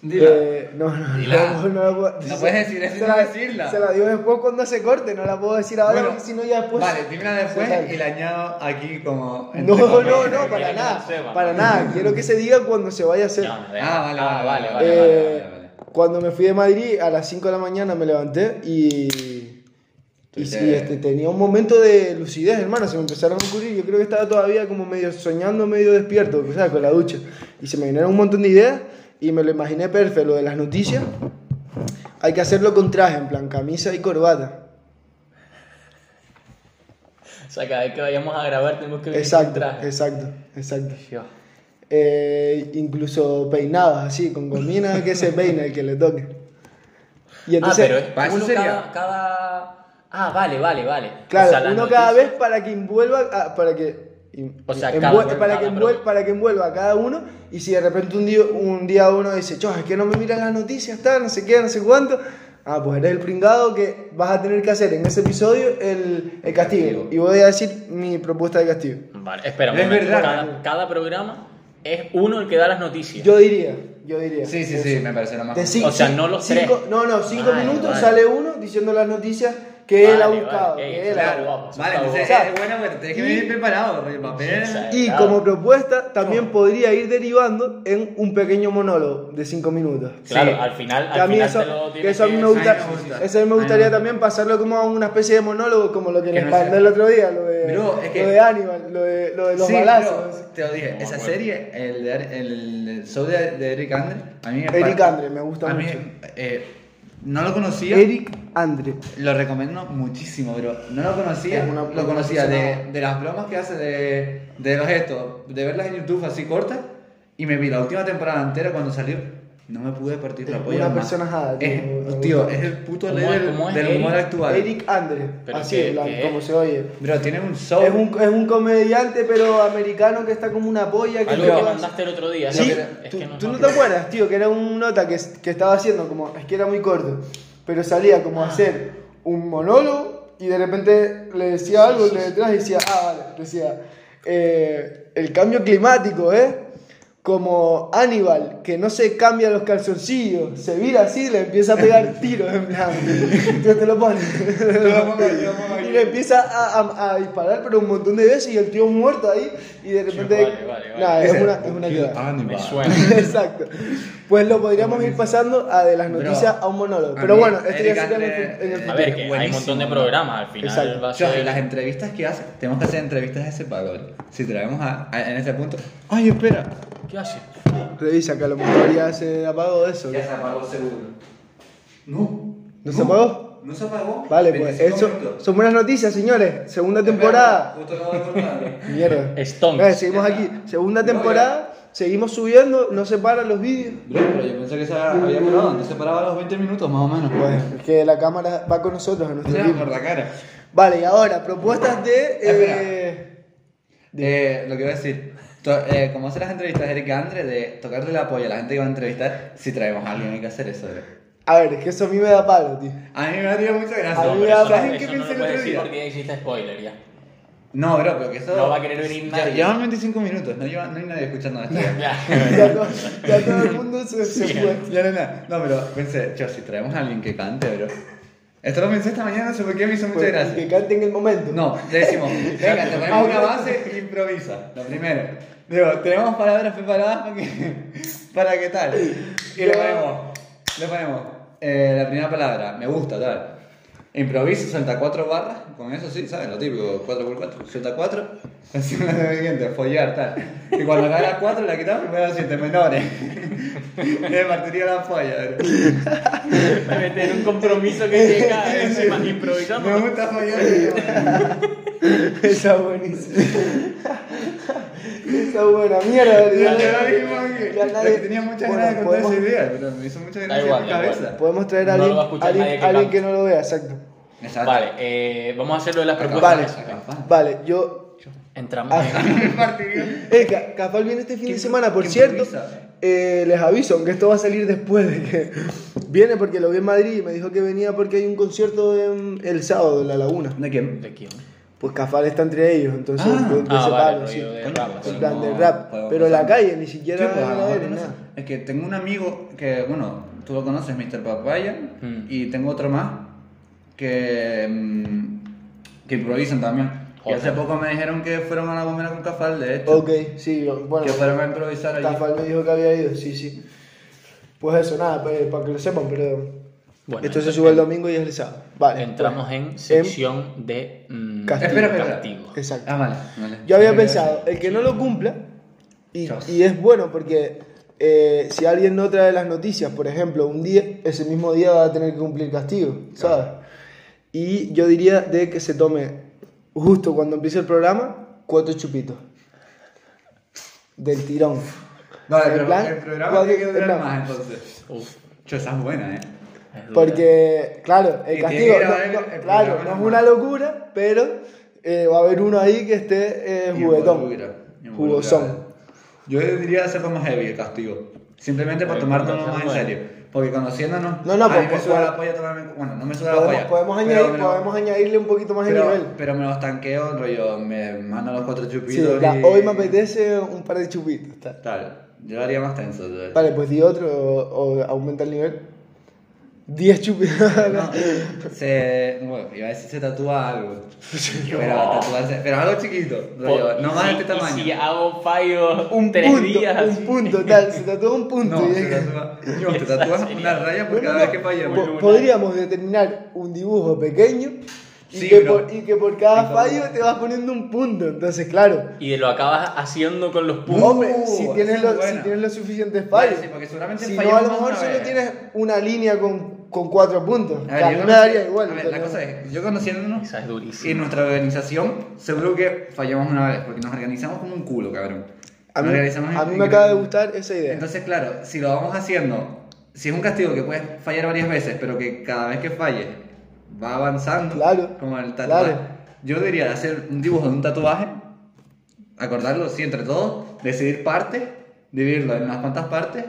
Dila.
Eh, no, no,
Dila.
no, no la puedo-
No puedes decir eso y
se
no
la-
decirla.
Se la digo después cuando se corte, no la puedo decir ahora,
Bueno,
porque si no ya después.
Vale, dímela después
Total.
y la añado aquí como.
No,
entre
no,
comillas.
no,
Quiero
para
que
nada.
no sepa.
Para nada. Quiero que se diga cuando se vaya a hacer.
No, no, deja.
Ah, vale,
Ah,
vale, vale,
vale, vale,
Eh,
vale, vale.
Cuando me fui de Madrid, a las 5 de la mañana me levanté y. Y sí,
Te-
este, tenía un momento de lucidez, hermano, se me empezaron a ocurrir. Yo creo que estaba todavía como medio soñando, medio despierto, o sea, con la ducha. Y se me vinieron un montón de ideas y me lo imaginé perfecto, lo de las noticias. Hay que hacerlo con traje, en plan camisa y corbata.
O sea, cada vez que vayamos a grabar tenemos que vestir un
Exacto,
traje.
exacto, exacto.
Dios.
Eh, incluso peinados así, con gomina que se peine el que le toque. Y entonces,
ah, pero
para
es
eso
uno
sería-
cada, cada- Ah, vale, vale, vale.
Claro,
O sea, las
uno cada
noticias-
vez para que envuelva, ah, para que,
O sea,
envue-
cada uno,
para, que
cada
envuel-
uno.
para que envuelva a cada uno y si de repente un día, un día uno dice, chos, es que no me miran las noticias, tal, no sé qué, no sé cuánto, ah, pues eres el pringado que vas a tener que hacer en ese episodio el, el castigo.
Castigo.
Y voy a decir mi propuesta de castigo.
Vale, espera, un
Es
momento.
verdad.
Cada, cada programa es uno el que da las noticias.
Yo diría, yo diría.
Sí, sí,
eso.
sí, me parece lo más.
De cin-
O sea,
cin-
no los
cinco-
tres.
No, no, cinco
Vale,
minutos
vale.
sale uno diciendo las noticias que él ha
Vale,
buscado.
vale,
que él
eh,
ha
claro.
buscado.
guapo,
Vale,
está
entonces
guapo.
es bueno, pues, pero tienes que
Y-
venir preparado, rollo papel.
Sí,
Y
Claro.
como propuesta también podría ir derivando en un pequeño monólogo de 5 minutos.
Claro,
Sí.
al final,
Que a
al
mí
final
eso,
te lo
que
tienes
eso a mí me
gusta.
gusta,
Ay, me gusta.
eso a mí me
Ay, me
gustaría
gusta.
también pasarlo como a una especie de monólogo como lo que,
Que
les
no
mandé
sea-
el otro día, lo de,
Bro, es que-
lo de Aníbal, lo de, lo de los
Sí,
balazos.
bro, te lo dije,
No me
esa
acuerdo.
serie, el, de Ar- el- el show de, de Eric Andre, a mí me
Eric
parte-
Andre, me gusta
a mí,
mucho.
eh, no lo conocía,
Eric Andre.
lo recomiendo muchísimo, bro. No lo conocía,
Es una-
lo conocía de,
una-
de las bromas que hace de, de los gestos, de verlas en YouTube así cortas, y me vi la última temporada entera cuando salió. No me pude partir la
Es
polla.
una
más.
personajada, tío, me
Es,
gusta.
tío, es el puto
¿Cómo
ley
es-
del,
cómo es
del
Eric?
humor actual.
Eric Andre.
Pero
así,
que-
en plan,
que-
como se oye.
Bro, tiene un show.
Es un, es un comediante, pero americano que está como una polla. Que
Algo que
lleva-
mandaste el otro día.
Sí,
¿no? Es
tú,
que no
tú no
me
te
acuerdo.
acuerdas, tío, que era un nota que, que estaba haciendo como, es que era muy corto, pero salía como a
Ah.
hacer un monólogo y de repente le decía algo le detrás y decía, ah, vale, decía, eh, el cambio climático, ¿eh? como Aníbal, que no se cambia los calzoncillos, se vira así y le empieza a pegar tiros en plan. Entonces te lo pones.
lo pongo aquí, lo pongo aquí.
Y le empieza a, a- a disparar, pero un montón de veces y el tío muerto ahí y de repente.
Vale, vale, vale.
Nah, es
Dice,
una, es una
"Kill
ayuda.
Hannibal".
Me suena.
Exacto. Pues lo podríamos ir pasando a de las
Bro,
noticias a un monólogo.
a
Pero
mí,
bueno, esto ya
Eric
sería en el,
Andre-
fu- en el
eh,
A
futuro.
ver, que hay un
Buenísimo.
montón de programas, al final
Exacto.
va a
Yo, y
ser...
las entrevistas que hace, tenemos que hacer entrevistas de ese valor. Si traemos a, a- en ese punto. Ay, espera.
¿Qué haces?
Revisa que a lo mejor ya se apagó eso.
se apagó seguro. No.
¿No se apagó?
No se apagó.
Vale, pues eso son buenas noticias, señores. Segunda temporada. Mierda.
Stonks.
Eh, seguimos aquí. Segunda
No, ya.
temporada. Seguimos subiendo, no se paran los vídeos.
pero yo pensé que se había parado, no se paraba a los 20 minutos más o menos.
Bueno, es que la cámara va con nosotros a nuestro
Mira,
equipo.
por la cara.
Vale, y ahora, propuestas de. eh,
Eh, lo que iba a decir. to- eh, como hace las entrevistas de Eric Andre, de tocarle la polla a la gente que va a entrevistar, si traemos a alguien hay que hacer eso. bro.
A ver, es que eso a mí me da palo, tío.
A mí me ha tenido mucha gracia.
A mí
No,
me
pero
da
eso no-
palo.
¿Saben qué
eso no
pensé
lo
el
puedes
otro
decir
día?
porque ya hiciste spoiler ya.
No, bro, pero que eso.
No va a querer venir nadie.
Ya- Llevan 25 minutos, no, lleva- no hay nadie escuchando esto.
Ya.
Ya, todo- ya todo el mundo se, se fue.
Ya, no, no, no, pero pensé, yo, si traemos a alguien que cante, bro. Esto lo pensé esta mañana, no sé por qué me hizo mucha
Pues, Que
gracia.
canten en el momento.
No, le decimos, venga, te ponemos una base e improvisa, lo primero. Digo, tenemos palabras preparadas para que, para que tal. Y le ponemos, le ponemos, eh, la primera palabra, me gusta, tal. Improvisa, suelta cuatro barras, con eso sí, ¿sabes? Lo típico, 4x4, suelta cuatro, encima de siguiente, follar, tal. Y cuando cae la cuatro, la quitamos y ponemos siete menores. Le partiría la polla, bro.
Me meter en un compromiso que llega Ah, es más improvisamos.
Me gusta follar.
Esa buenísima. Esa buena mierda.
Yo
Ya,
lo mismo que,
ya nadie-
que tenía muchas
Bueno,
ganas de contar
podemos,
esa idea, pero me hizo muchas gracias
igual,
en mi
da igual.
cabeza.
podemos traer a
No lo
alguien,
va a escuchar
alguien-
nadie que
alguien
cante.
que no lo vea, exacto.
Exacto.
Vale, eh, vamos a hacer lo de las
Vale, Ah,
propuestas.
vale, yo.
Entramos en...
Eh, ca- capaz viene este fin
¿Qué
de semana, por
impro- qué
cierto.
improvisa?
eh, les aviso, aunque esto va a salir después de que. Viene porque lo vi en Madrid y me dijo que venía porque hay un concierto en- el sábado en La Laguna.
¿De quién?
¿De quién?
Pues Cafal está entre ellos, entonces
Ah.
yo- yo
Ah, vale,
separo, sí.
rollo de
Coño,
rap.
pues,
En plan de
no,
rap.
podemos
Pero la
pasar.
calle, ni
Sí,
siquiera
pues, a lo mejor
era
no sé.
nada.
Es que tengo un amigo que, bueno, tú lo conoces, Mr. Papaya,
Mm.
y tengo otro más que, mm, que improvisan también. Y
Joder.
hace poco me dijeron que fueron a la gomera con Cafal, de hecho.
Ok, sí, yo- bueno.
que fueron a improvisar allí.
Tafal me dijo que había ido, sí, sí. Pues eso, nada, pues, para que lo sepan, pero.
Bueno,
Esto se
entonces-
sube el domingo y es el sábado. Vale.
Entramos
pues,
en sección de mm,
Castigo.
Espera, espera, espera.
castigo.
Exacto.
Ah, vale. vale.
Yo había
Creo que-
pensado, el que no lo cumpla, y,
Chao.
y es bueno porque eh, si alguien no trae las noticias, por ejemplo, un día, ese mismo día va a tener que cumplir castigo, ¿sabes? Y yo diría de que se tome, justo cuando empiece el programa, cuatro chupitos. Del tirón.
Vale,
En
pero
plan,
el programa
cuatro-
tiene que durar
en plan,
más, entonces.
Uf,
Yo, esa es buena, eh.
es dura.
Porque, claro,
Y
el
tiene
castigo,
que
no-
haber
no-
el
claro, no
programa
es
normal.
una locura, pero eh, va a haber uno ahí que esté eh, juguetón,
Involucra, involucra.
jugosón.
Yo diría hacerlo más heavy el castigo. Simplemente para
Bueno,
tomárnoslo más
entonces,
en
Eh, bueno.
serio. Porque conociéndonos.
No, no,
a mí
pues,
me
pues,
suda
pues,
la polla tomarme. Bueno, no me suda la
Podemos,
polla.
podemos
pero
añadir-
me lo-
podemos añadirle un poquito más
pero-
el nivel.
Pero me los tanqueo, rollo. Me mando los cuatro
Sí,
chupitos.
la-
y-
hoy me apetece un par de chupitos. tal.
Tal. Yo lo haría más tenso. yo-
Vale, pues di otro o, o aumenta el nivel. 10 chupitos.
No, se. Bueno, iba a decir se tatúa algo. Pero tatuarse. Pero algo chiquito. rollo,
Po-
no
y
más de
si-
este
Pues, y
tamaño.
Si hago fallo
un
tres
punto,
días.
un
así.
punto, tal. Se tatúa un punto.
No,
y
se
es que-
tatúa. Yo, te tatúas una raya
No, no,
por cada
no.
vez que fallamos.
Po- Podríamos determinar un dibujo pequeño y,
Sí,
que,
bro.
por, y que por cada
Y todo.
fallo te vas poniendo un punto. Entonces, claro.
Y lo acabas haciendo con los puntos.
Hombre,
Uh,
si,
esa
tienes
es
los, si
buena.
tienes los suficientes fallos.
Sí, porque seguramente
si no,
fallamos
a lo
más
mejor
una
solo
vez.
tienes una línea con, con cuatro puntos.
A
que
ver,
a
yo
mí me
conocí-
daría igual.
a ver, la
pero-
cosa es, yo conociéndonos
Esa es durísima.
y nuestra organización, seguro que fallamos una vez, porque nos organizamos como un culo, cabrón.
A mí,
Nos organizamos
a mí
increíble.
me acaba de gustar esa idea.
Entonces, claro, si lo vamos haciendo, si es un castigo que puedes fallar varias veces, pero que cada vez que falles va avanzando,
Claro,
como el tatuaje.
claro.
Yo debería hacer un dibujo de un tatuaje, acordarlo, sí, entre todos, decidir partes, dividirlo en unas cuantas partes,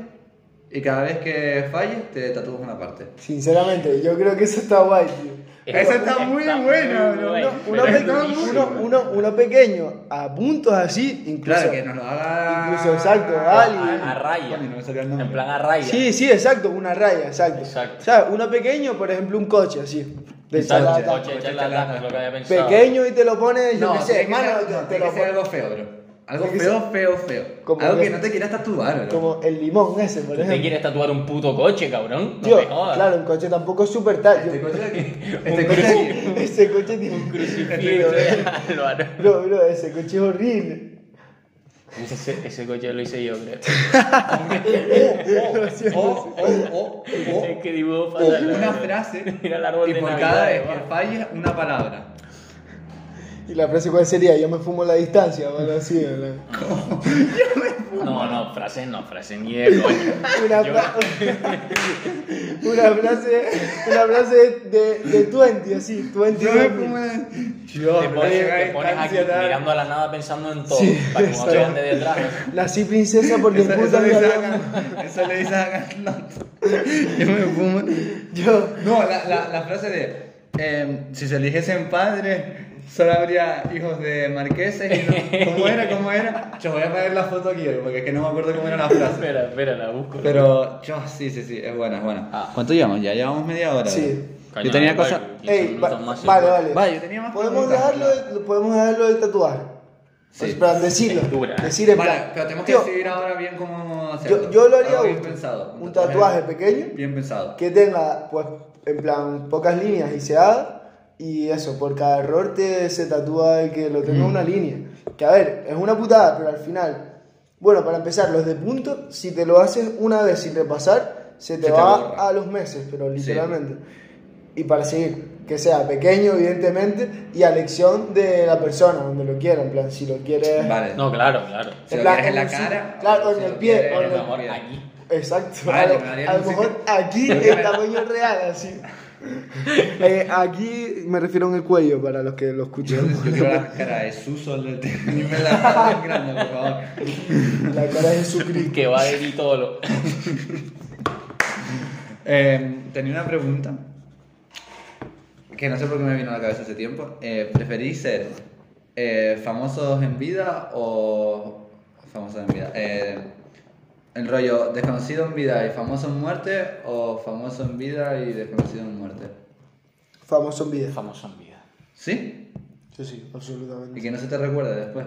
y cada vez que falles te tatúas una parte.
Sinceramente, yo creo que eso está guay, tío.
Eso está muy bueno, bro.
bueno,
No,
Uno,
pero
pe-
es durísimo.
uno, uno- uno pequeño, a puntos así, incluso.
Claro, que nos lo haga.
incluso exacto,
Ah,
Ali.
A, a raya.
Coño, no me salía el nombre.
en plan a raya.
Sí, sí, exacto, una raya, exacto.
Exacto.
O sea, uno pequeño, por ejemplo, un coche así. De
Exacto,
chalata.
coche de charlatán, es lo que había pensado.
Pequeño y te lo pones, yo qué sé,
tiene que
hermano,
ser- no,
te
tiene
lo
que ser
pones
algo feo, bro. Algo
Tiene que
feo, feo, feo.
Como
algo que
que-
no te quieras tatuar, bro.
como el limón ese, por
¿Usted
ejemplo.
quiere tatuar un puto coche, cabrón? No
Tío,
me jodas.
claro, un coche tampoco es súper tal.
Este
yo-
coche de aquí.
Un
Este coche de aquí.
ese coche tiene un
Crucifijo de Álvaro.
Bro, bro, ese coche es horrible.
Ese, ese coche lo hice yo, creo.
O, o, o,
Oh.
Es que dibujo
o, o
fatal,
una
bro.
frase.
Mira el árbol
Y
de
por
Navidad,
cada vez
va.
que falles, una palabra.
¿Y la frase cuál sería? Yo me fumo la distancia, o algo así. ¿verdad?
No, no, frases no, frases ni de coño.
Una, fra- una frase, una frase de, de 20, así, 20.
Yo me pongo en- Yo,
Te
bro,
pones,
llega
te
la
pones aquí
distancia, tal.
mirando a la nada pensando en todo.
Sí,
para que no te
exacto.
vean de detrás.
La sí, princesa, porque
Eso,
en
eso
puta
le
me
dice
hablan-
acá- eso le dice acá, no. Yo me fumo.
Yo,
No, la, la, la frase de em, si se eligiesen padres, solo habría hijos de marqueses. Y no, ¿Cómo era? ¿Cómo era? Yo voy a poner la foto aquí, porque es que no me acuerdo cómo era la frase.
Espera, espera, la busco.
Pero yo, sí, sí, sí, es buena, es buena.
Ah.
¿Cuánto llevamos? Ya llevamos media hora.
Sí.
bro.
Coño,
Yo tenía
vale,
cosas.
15
ey,
minutos
va-
más y-
vale, vale.
Vale, yo tenía más
Podemos
preguntas,
dejarlo,
claro.
de- podemos dejarlo del tatuaje.
Sí.
O sea, para decirlo.
Es dura, eh.
Decir en
Vale,
plan,
pero tenemos que
tío,
decidir ahora bien cómo hacerlo.
yo, yo lo haría
Algo bien
un-
pensado.
un tatuaje pequeño
Bien pensado.
que tenga, pues, en plan, pocas líneas y se haga. Y eso, por cada error te, se tatúa el que lo tenga una línea. Que a ver, es una putada, pero al final. Bueno, para empezar, los de punto, si te lo haces una vez sin repasar, se te
Se te
va
borra.
a los meses, pero
Sí.
literalmente. Y para seguir, que sea pequeño, evidentemente, y a elección de la persona, donde lo quiera. En plan, si lo quieres.
Vale.
No, claro, claro.
Si
En
lo
plan,
quieres en la
en un
cara.
sitio- claro,
o
en
si
el
lo
pie,
quieres
o
en
Por
en
el
favor,
pie.
aquí.
Exacto.
Vale,
a lo-
me daría
a lo
un
mejor
sitio-
aquí el tamaño real, así. Eh, aquí me refiero en el cuello para los que lo
Yo,
escuchan.
yo quiero la cara de Suso, le- dime la cara bien grande, por favor.
La cara de Jesucristo.
Que va de ti todo lo.
Eh, tenía una pregunta que no sé por qué me vino a la cabeza hace tiempo. Eh, ¿Preferís ser eh, famosos en vida o famosos en vida? Eh, el rollo desconocido en vida y famoso en muerte o famoso en vida y desconocido en muerte.
Famoso en vida.
Famoso en vida.
¿Sí?
Sí, sí,
Y
absolutamente.
que no se te recuerde después.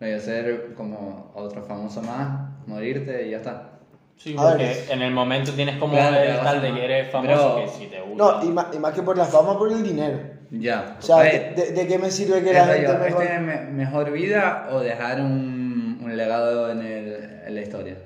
Rollo ser como otro famoso más, morirte y ya está.
Sí,
A
porque
ver.
en el momento tienes como
Claro,
el
pero
tal
vas a-
de que eres famoso
pero-
que si te gusta.
No, y más, y más que por la fama, por el dinero.
Ya.
O sea,
A
de,
ver,
de- de qué me sirve que
es
la
rollo,
gente
¿Este ¿es
mejor?
tener me- mejor vida o dejar un, un legado en, el, en la historia?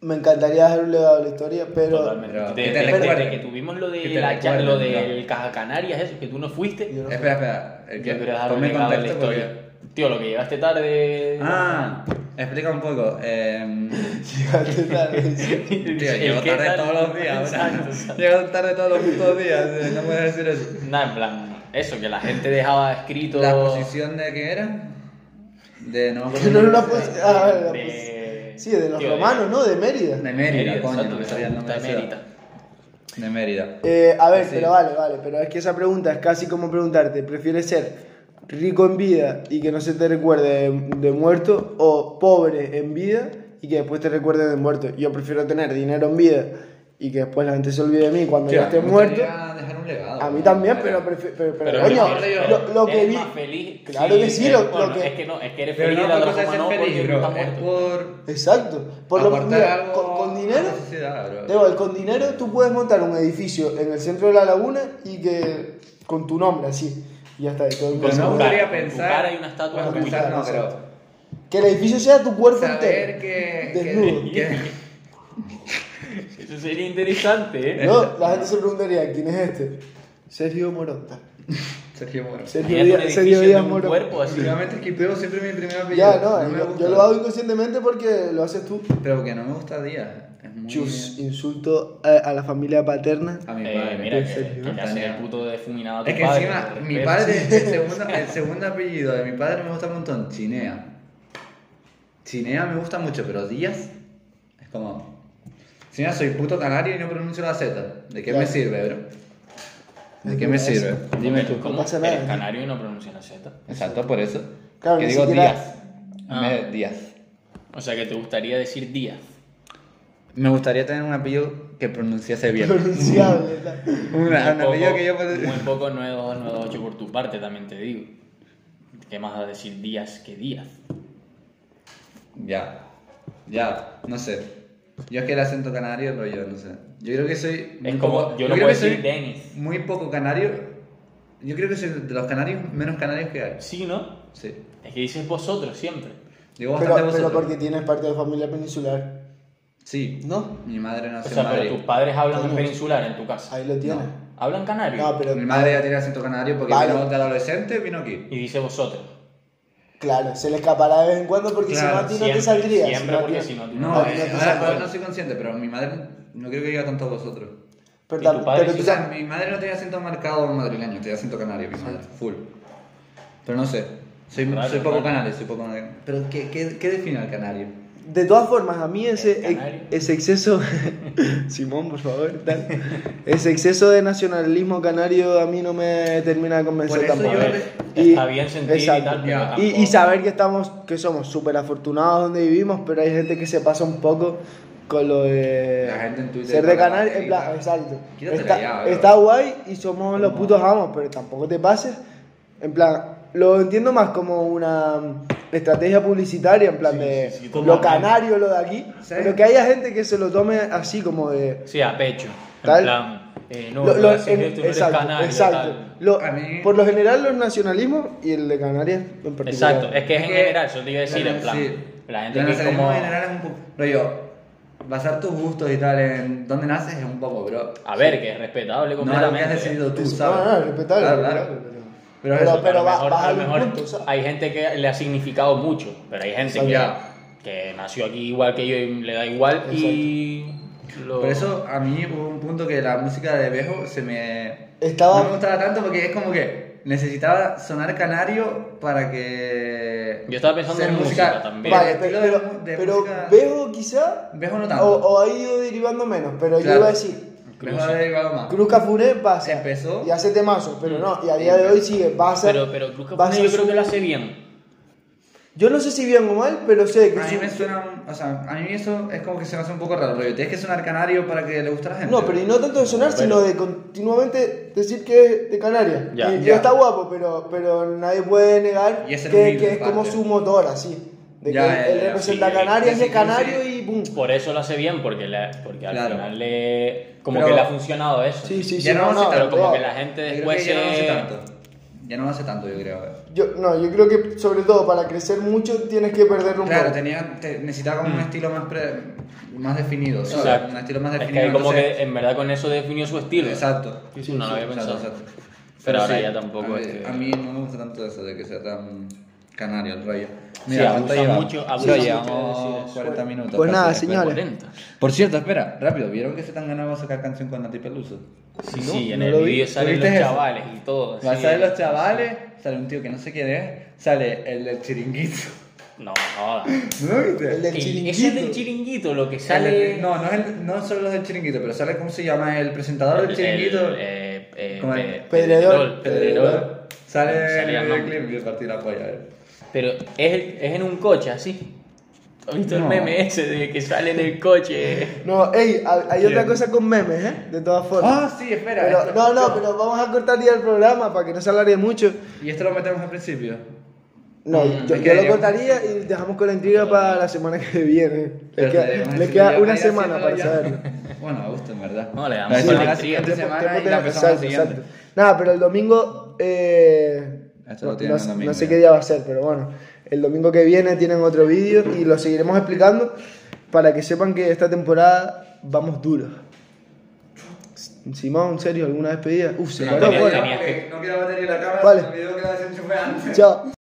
Me encantaría dejar un legado a la historia, pero.
Totalmente.
pero-
De-
que te
de- de-
recuerden.
de que tuvimos lo de
Que te
la cha-
recuerden,
lo
claro.
del Caja Canarias, eso, que tú no fuiste.
Yo no-
Espera, espera. el
Yo
que-
quiero dejar un
ponme en
legado en la
contexto porque-
historia. Tío, lo que llegaste tarde.
Ah, explica un poco. eh,
Llegaste tarde.
tío,
El
llego
qué
tarde
tal.
todos los días. ahora.
Exacto, exacto.
Llego tarde todos los putos días. eh, No puedes decir eso.
Nada, en plan, eso, que la gente dejaba escrito.
¿La posición de qué era? De no. me acuerdo
No era
el
una
nombre.
posi- ah, vale, la posi-
de...
Sí, de los
tío,
romanos, ¿no? De Mérida.
De
Mérida,
Mérida, coño.
exacto,
no me salía el nombre
de
de la
Mérida.
ciudad. De Mérida.
Eh, a ver,
Sí.
pero vale, vale, pero es que esa pregunta es casi como preguntarte, ¿prefieres ser rico en vida y que no se te recuerde de, de muerto o pobre en vida y que después te recuerde de muerto? Yo prefiero tener dinero en vida y que después la gente se olvide de mí cuando
Tío,
yo esté
me
muerto.
gustaría dejar un legado,
A mí
¿no?
también,
Vale.
pero, prefi- pero, pero,
Pero
coño,
prefiero-
lo, lo que
eres
vi...
más feliz.
Claro que sí,
eh,
lo,
bueno,
lo que...
Es que no, es que eres
Pero
feliz
no
la
por
otra
cosa de
forma
ser
no, porque
feliz,
no
bro.
estás
Es
muerto.
por.
Exacto, por lo
aportar
mira,
algo
con, con
a
dinero...
la sociedad, bro.
Teo, el con dinero tú puedes montar un edificio en el centro de la laguna y que con tu nombre así. Y ya está. y todo el mundo
Pero no
se-
me gustaría
cara, en tu
pensar.
cara hay una estatua
bueno,
tuya,
pensar no,
exacto.
pero.
Que el edificio sea tu cuerpo
Saber
entero.
que.
Desnudo.
que- que-
Eso sería interesante, ¿eh?
No, la gente se preguntaría, ¿quién es este? Sergio Moronta.
Sergio Moro.
Sergio,
Imagínate un
Díaz, Sergio
edificio
Díaz
de un
Moronta.
cuerpo así. Eh,
Últimamente esquipeo siempre mi primer apellido.
Ya, no,
me
yo,
gusta.
yo lo hago inconscientemente porque lo haces tú.
Pero que no me gusta Díaz. Es muy.
Chus, insulto a, a la familia paterna.
A mi
Eh,
padre.
mira, que,
Sergio.
que le hacen el puto defuminado a tu
es que
padre.
encima,
por
mi
respeto.
padre, el segundo, el segundo apellido de mi padre me gusta un montón, Chinea. Chinea me gusta mucho, pero Díaz es como. Si no soy puto canario y no pronuncio la Z, ¿de qué
Claro.
me sirve, bro? ¿De qué me
Eso.
sirve? Dime tú.
Pero, ¿Cómo?
No pasa nada.
Eres canario y no pronuncia la Z.
Exacto, por eso.
Claro,
que
ni
digo
siquiera-
días. en
Ah.
vez de días.
O sea que te gustaría decir Díaz.
Me gustaría tener un apellido que pronunciase bien.
Pronunciable, tal.
un un
Muy poco-
apellido que Ah, yo...
Muy poco 9298 por tu parte, también te digo. ¿Qué más da decir Díaz que Díaz?
Ya. Ya, no sé. Yo es que el acento canario, pero yo no sé. Yo creo que soy.
Es
muy
como-
poco-
yo no
Mm, creo
puedo
que
decir ¿eh?
soy
Dennis.
Muy poco canario. Yo creo que soy de los canarios menos canarios que hay.
Sí, ¿no?
Sí.
Es que dices vosotros siempre.
Digo
Pero,
bastante
pero
vosotros.
porque tienes parte de familia peninsular.
Sí.
¿No?
Mi madre
O
nació en
sea,
Madrid.
pero tus padres hablan en
Coño.
peninsular en tu casa.
Ahí lo tienes.
Hablan
No,
canario.
pero.
Mi madre ya tiene acento canario porque
Vale.
vino de adolescente vino aquí.
Y dice vosotros.
Claro, se le escapará de vez en cuando porque
Claro,
si no a ti no
siempre,
te saldría. si no
Siempre
a ti
porque
no-
si no, tú
No,
No,
eh,
no te
ahora,
sabe.
ahora no soy consciente, pero mi madre no creo que diga tanto a vosotros.
Pero,
¿Y tu
tam-
padre
pero
O
tú
sí?
sea, mi madre no tenía acento marcado madrileño, tenía acento canario, mi madre, full. Pero no sé, soy,
Raro,
soy poco
raro.
canario, soy poco canario. Pero ¿qué, qué, qué define al canario?
De todas formas, a mí
El
ese,
canario.
ex- ese exceso. Simón, por favor, tal. Ese exceso de nacionalismo canario a mí no me termina de
Por
convencer
eso
tampoco.
yo-
A ver,
Y-
está bien sentir y
exacto.
tal, pero
Ya.
Y, y
tampoco-
saber que estamos que somos súper afortunados donde vivimos, pero hay gente que se pasa un poco con lo de
La gente en Twitter
ser de
habla
Canarias.
de
en plan,
Ibiza.
exacto.
Quítatela
Está,
ya, bro.
está guay y somos los putos amos, pero tampoco te pases. En plan, lo entiendo más como una estrategia publicitaria, en plan de
sí, sí, como
lo
hablan.
canario, lo de aquí,
Sí.
pero que haya gente que se lo tome así como de...
Sí, a pecho. En
Tal.
plan, eh, no,
lo- lo-
gracias,
en-
esto no eres
exacto,
canario,
exacto.
tal.
Lo-
A mí-
por lo general los nacionalismos y el de Canarias en particular.
Exacto, es que es en
que-
general, yo te iba a decir,
Claro,
en plan,
sí.
la gente
Lo
que es
nacionalismo
como...
en general es un poco... Rollo, basar tus gustos y tal en dónde naces es un poco, bro.
A ver, que es respetable
No algo que
completamente.
has decidido tú,
Eso,
¿sabes?
No, no, es respetable.
Claro,
claro,
claro.
pero-
Pero
Pero-
eso,
A lo
va-
mejor,
baja
a lo
los
mejor
puntos, ¿sabes?
hay gente que le ha significado mucho, pero hay gente que,
Exacto.
que nació aquí igual que yo y le da igual y... lo-
Por eso a mí hubo un punto que la música de Bejo se me...
Estaba-
No me gustaba tanto porque es como que necesitaba sonar canario para que...
Yo estaba pensando
ser
en música también.
Vale,
El
pero,
estilo de
pero,
mu- de
pero
música-
Bejo quizá,
Bejo no
o,
tanto.
o ha ido derivando menos, pero yo
Claro.
iba a decir,
Bejo ha derivado más.
Cruz Cafuné pasa,
Empezó.
y hace temazos, pero no, y a día de hoy sigue, pasa,
Pero, pero Cruz
pasa
Capone yo creo
su-
que lo hace bien.
yo no sé si bien o mal, pero sé que
A mí
su-
me suena, o sea, a mí eso es como que se me hace un poco raro, rollo. Tienes que sonar canario para que le guste a la gente.
no, pero y no tanto de sonar,
Pero-
sino de continuamente decir que es de Canarias,
Ya,
y, y
ya.
está guapo, pero, pero nadie puede negar
Y ese
que,
era humilde,
que es como
aparte.
su motor, así, de
Ya,
que
ya,
él
ya,
representa
sí,
a Canarias,
sí,
es canario
sí.
y boom,
Por eso lo hace bien, porque, le- porque al
Claro.
final le... Como
Pero-
que le ha funcionado eso.
sí, sí, sí,
Ya no
no,
vamos a
no,
citar,
pero como
no.
que la gente
Yo creo
después
que ya no lo hace
se-
tanto. Ya no lo hace tanto, yo creo.
Yo, no, yo creo que sobre todo para crecer mucho tienes que perderlo un
Claro,
poco.
tenía, te- necesitaba como un estilo más, pre- más definido, ¿sabes?
Mm. Exacto.
Un estilo más
es
definido.
que ahí como
entonces-
que en verdad con eso definió su estilo.
Exacto.
Sí, sí, no lo había
Exacto,
pensado.
exacto.
Pero ahora ya tampoco
A mí,
es que-
a mí no me gusta tanto eso de que sea tan canario el rollo.
abusa
¿cuánto llevamos?
mucho,
Sí,
abusa
llevamos
mucho de decir eso.
40 minutos.
Pues nada,
casi, después.
señores.
40.
Por cierto, espera, rápido, ¿vieron que se tan ganado a sacar canción con Nati Peluso?
Sí,
No,
sí, en
no
el
lo vi.
vídeo salen
¿Viste
los
eso?
chavales y todo.
Va a
sí.
salir los chavales, sale un tío que no sé quién es, sale el del chiringuito.
No, joda.
¿No lo viste?
El del
Y
chiringuito.
Ese es del chiringuito, lo que sale.
No, no, es el- no solo los del chiringuito, pero sale, ¿cómo se llama? El presentador del
el-
chiringuito.
el, eh, eh,
¿Cómo es?
Pe-
Pedrerol.
Pedrerol. Sale,
Salía
en el
nombre.
clip y le partí la polla. eh.
Pero es, es en un coche así. ¿Has visto
No.
el meme ese de que sale en el coche?
No, ey, hay, hay
Bien.
otra cosa con memes, ¿eh? De todas formas.
Ah, sí, espera.
Pero-
esto-
no, no, pero vamos a cortar ya el programa para que no se alargue mucho.
Y esto lo metemos al principio.
No,
Mm,
yo,
es que
yo lo
deberíamos-
cortaría y dejamos con la intriga para la semana que viene. Le
Pero
queda,
deberíamos
le
decirlo
queda
ya,
una
ya
semana para
haciéndolo ya.
saberlo.
Bueno, a gusto, en verdad.
No, le damos
La
con
semana
la
siguiente
Tiempo-
semana y
tiempo
la
tenemos-
empezamos la
exacto,
siguiente.
exacto. Nada, pero el domingo. eh,
Esto lo
no,
tienen
no-
el
no
domingo
sé
ya.
qué día va a ser, pero bueno. El domingo que viene tienen otro vídeo y lo seguiremos explicando para que sepan que esta temporada vamos duros. Simón, en serio, ¿alguna despedida? Uf, se
No,
paró,
tenía-
bueno.
tenía-
porque no quiero batería en la cámara,
Vale.
el video queda desenchufado antes.
Chao.